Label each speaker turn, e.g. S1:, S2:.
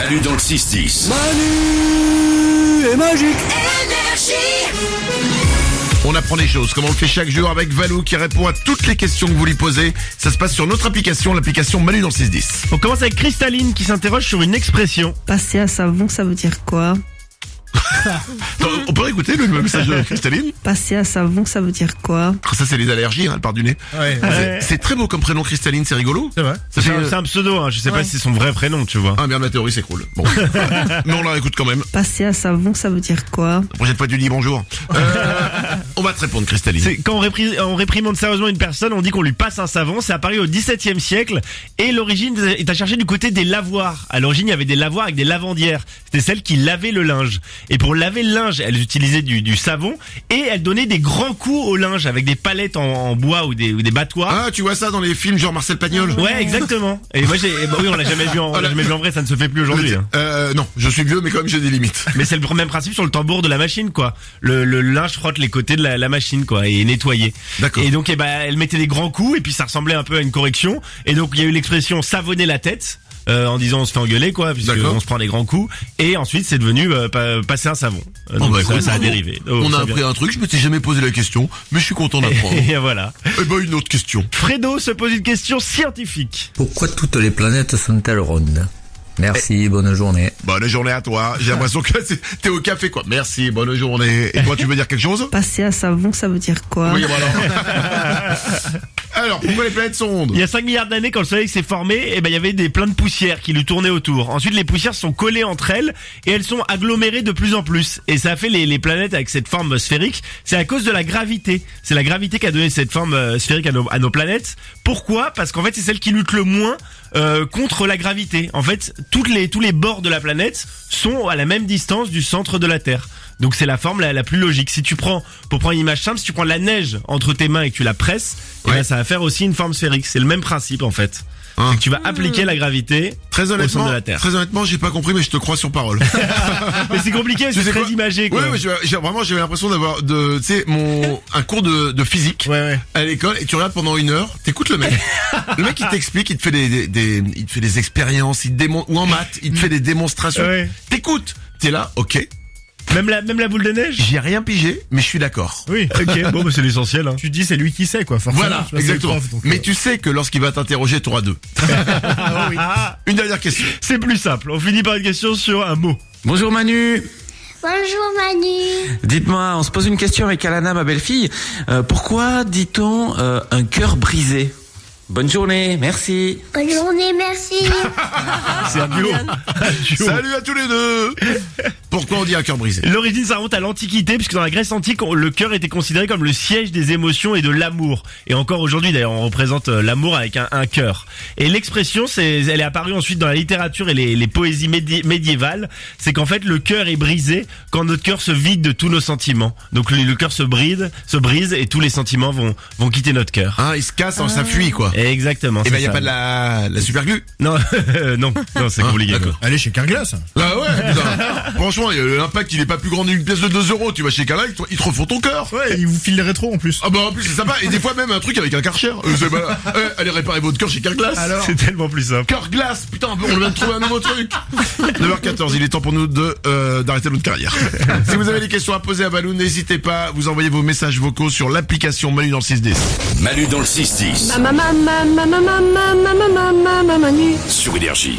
S1: Manu dans le 6-10.
S2: Manu est magique
S3: On apprend des choses, comme on le fait chaque jour avec Valou qui répond à toutes les questions que vous lui posez. Ça se passe sur notre application, l'application Manu dans le 610.
S4: On commence avec Cristaline qui s'interroge sur une expression.
S5: Passer à savon, ça veut dire quoi
S3: Attends, On peut écouter le message de Cristaline
S5: Passer à savon, ça veut dire quoi
S3: Ah, Ça c'est les allergies, hein, elle part du nez.
S6: Ouais,
S3: Ah, c'est- C'est très beau comme prénom Cristaline, c'est rigolo.
S6: c'est vrai.
S3: Ça fait,
S4: C'est un,
S3: euh,
S4: c'est un pseudo, hein. je sais pas si c'est son vrai prénom, tu vois.
S3: Ah merde, ma théorie s'écroule. Bon. Mais on la réécoute quand même.
S5: Passer à savon, ça veut dire quoi
S3: La prochaine fois tu dis bonjour. Euh, on va te répondre Cristaline.
S4: C'est quand on, répri- on réprimande sérieusement une personne, on dit qu'on lui passe un savon. C'est apparu au XVIIe siècle et l'origine est à chercher du côté des lavoirs. À l'origine, il y avait des lavoirs avec des lavandières. C'était celles qui lavaient le linge. Et pour laver le linge, elles utilisaient du, du savon et elles donnaient des grands coups au linge avec des palettes en, en bois ou des, ou des battoirs.
S3: Ah, tu vois ça dans les films genre Marcel Pagnol
S4: Ouais, exactement. Et moi, j'ai, eh ben oui, on l'a jamais vu en, on l'a jamais vu en vrai, ça ne se fait plus aujourd'hui. hein.
S3: Euh, non, je suis vieux mais quand même j'ai des limites.
S4: Mais c'est le même principe sur le tambour de la machine, quoi. Le, le linge frotte les côtés de la, la machine, quoi, et est nettoyé.
S3: D'accord.
S4: Et donc, eh ben, elle mettait des grands coups, et puis ça ressemblait un peu à une correction. Et donc, il y a eu l'expression savonner la tête. euh, en disant on se fait engueuler quoi puisque
S3: D'accord.
S4: on se prend des grands coups et ensuite c'est devenu euh, pa- passer un savon Euh,
S3: Oh,
S4: donc
S3: bah,
S4: ça,
S3: écoute,
S4: ça a
S3: bravo.
S4: dérivé Oh,
S3: On
S4: ça
S3: a
S4: a
S3: appris un truc, je m'étais jamais posé la question, mais je suis content d'apprendre.
S4: bien. et voilà
S3: Eh ben une autre question.
S4: Fredo se pose une question scientifique
S7: Pourquoi toutes les planètes sont-elles rondes Merci, bonne journée.
S3: Bonne journée à toi. J'ai l'impression que c'est- t'es au café quoi. Merci, bonne journée. Et toi tu veux dire quelque chose
S4: Hein?
S5: Passer à savon, ça veut dire quoi
S3: Oui, bon alors. alors, pourquoi les planètes sont rondes
S4: Il y a 5 milliards d'années, quand le soleil s'est formé, et ben, il y avait des pleins de poussières qui lui tournaient autour. Ensuite, les poussières se sont collées entre elles et elles sont agglomérées de plus en plus. Et ça a fait les, les planètes avec cette forme sphérique. C'est à cause de la gravité. C'est la gravité qui a donné cette forme euh, sphérique à nos, à nos planètes. Pourquoi Parce qu'en fait, c'est celle qui lutte le moins euh, contre la gravité. En fait, toutes les, tous les bords de la planète sont à la même distance du centre de la Terre. Donc c'est la forme la, la plus logique. Si tu prends, pour prendre une image simple, si tu prends de la neige entre tes mains et que tu la presses, eh ben,
S3: Ouais.
S4: ça va faire aussi une forme sphérique. C'est le même principe en fait.
S3: Hein.
S4: C'est que tu vas appliquer la gravité
S3: Très
S4: au centre
S3: honnêtement,
S4: de la Terre.
S3: très honnêtement, j'ai pas compris, mais je te crois sur parole.
S4: Mais c'est compliqué,
S3: Tu
S4: c'est
S3: sais
S4: très
S3: quoi
S4: imagé.
S3: ouais,
S4: Quoi.
S3: ouais, j'ai j'ai- vraiment, j'avais l'impression d'avoir, de, tu sais, mon un cours de, de physique
S4: Ouais, ouais.
S3: à l'école, et tu regardes pendant une heure, t'écoutes le mec. le mec, il t'explique, il te fait des, des, des- il te fait des expériences, il te démon, ou en maths, il te fait des démonstrations.
S4: Ouais.
S3: T'écoutes, t'es là, ok,
S4: Même la même la boule de neige.
S3: j'ai rien pigé, mais je suis d'accord.
S4: Oui. Ok. Bon, bah, c'est l'essentiel. Hein.
S6: Tu te dis, c'est lui qui sait, quoi. forcément,
S3: Voilà,
S6: tu vois, c'est le
S3: exactement.
S6: prof, donc,
S3: Mais
S6: euh,
S3: tu sais que lorsqu'il va t'interroger, t'auras deux.
S4: Ah,
S3: Une dernière question.
S4: c'est plus simple. On finit par une question sur un mot.
S8: Bonjour Manu
S9: Bonjour Manu.
S8: Dites-moi, on se pose une question avec Alana, ma belle-fille. Euh, pourquoi dit-on euh, un cœur brisé Bonne journée, merci.
S9: Bonne journée, merci.
S4: C'est un duo. Un duo.
S3: Salut à tous les deux. Pourquoi on dit un cœur brisé
S4: L'origine, ça remonte à l'Antiquité, puisque dans la Grèce antique, on- le cœur était considéré comme le siège des émotions et de l'amour. Et encore aujourd'hui, d'ailleurs, on représente euh, l'amour avec un, un cœur. Et l'expression, c'est, elle est apparue ensuite dans la littérature et les, les poésies médi- médiévales. C'est qu'en fait, le cœur est brisé quand notre cœur se vide de tous nos sentiments. Donc le, le cœur se bride, se brise, et tous les sentiments vont vont quitter notre cœur.
S3: Hein, il se casse, hein, ça fuit quoi.
S4: Et Exactement.
S3: Et ben
S4: c'est
S3: y a
S4: Eh ça.
S3: pas de la, la super glue.
S4: Non, non, non, c'est
S3: Hein,
S4: compliqué.
S3: d'accord.
S6: Allez chez Carglass.
S3: Ah ouais. Putain. Franchement, euh, l'impact il est pas plus grand d'une pièce de 2 euros. Tu vas chez Cala, ils te, ils te refont ton cœur.
S6: Ouais, il vous file les rétros en plus.
S3: Ah bah en plus c'est sympa. Et des fois même un truc avec un Karcher. Euh, c'est pas- Eh, allez réparer votre cœur chez Carglass.
S4: quoi. C'est tellement plus simple.
S3: Cœur glace, putain, on vient de trouver un nouveau truc. 9h14, il est temps pour nous de euh, d'arrêter notre carrière. si vous avez des questions à poser à Balou, n'hésitez pas, vous envoyez vos messages vocaux sur l'application Manu dans le 610.
S1: Manu dans le 6-10.
S10: Maman, maman, maman, maman, maman, maman, maman, maman,
S1: Sur Énergie.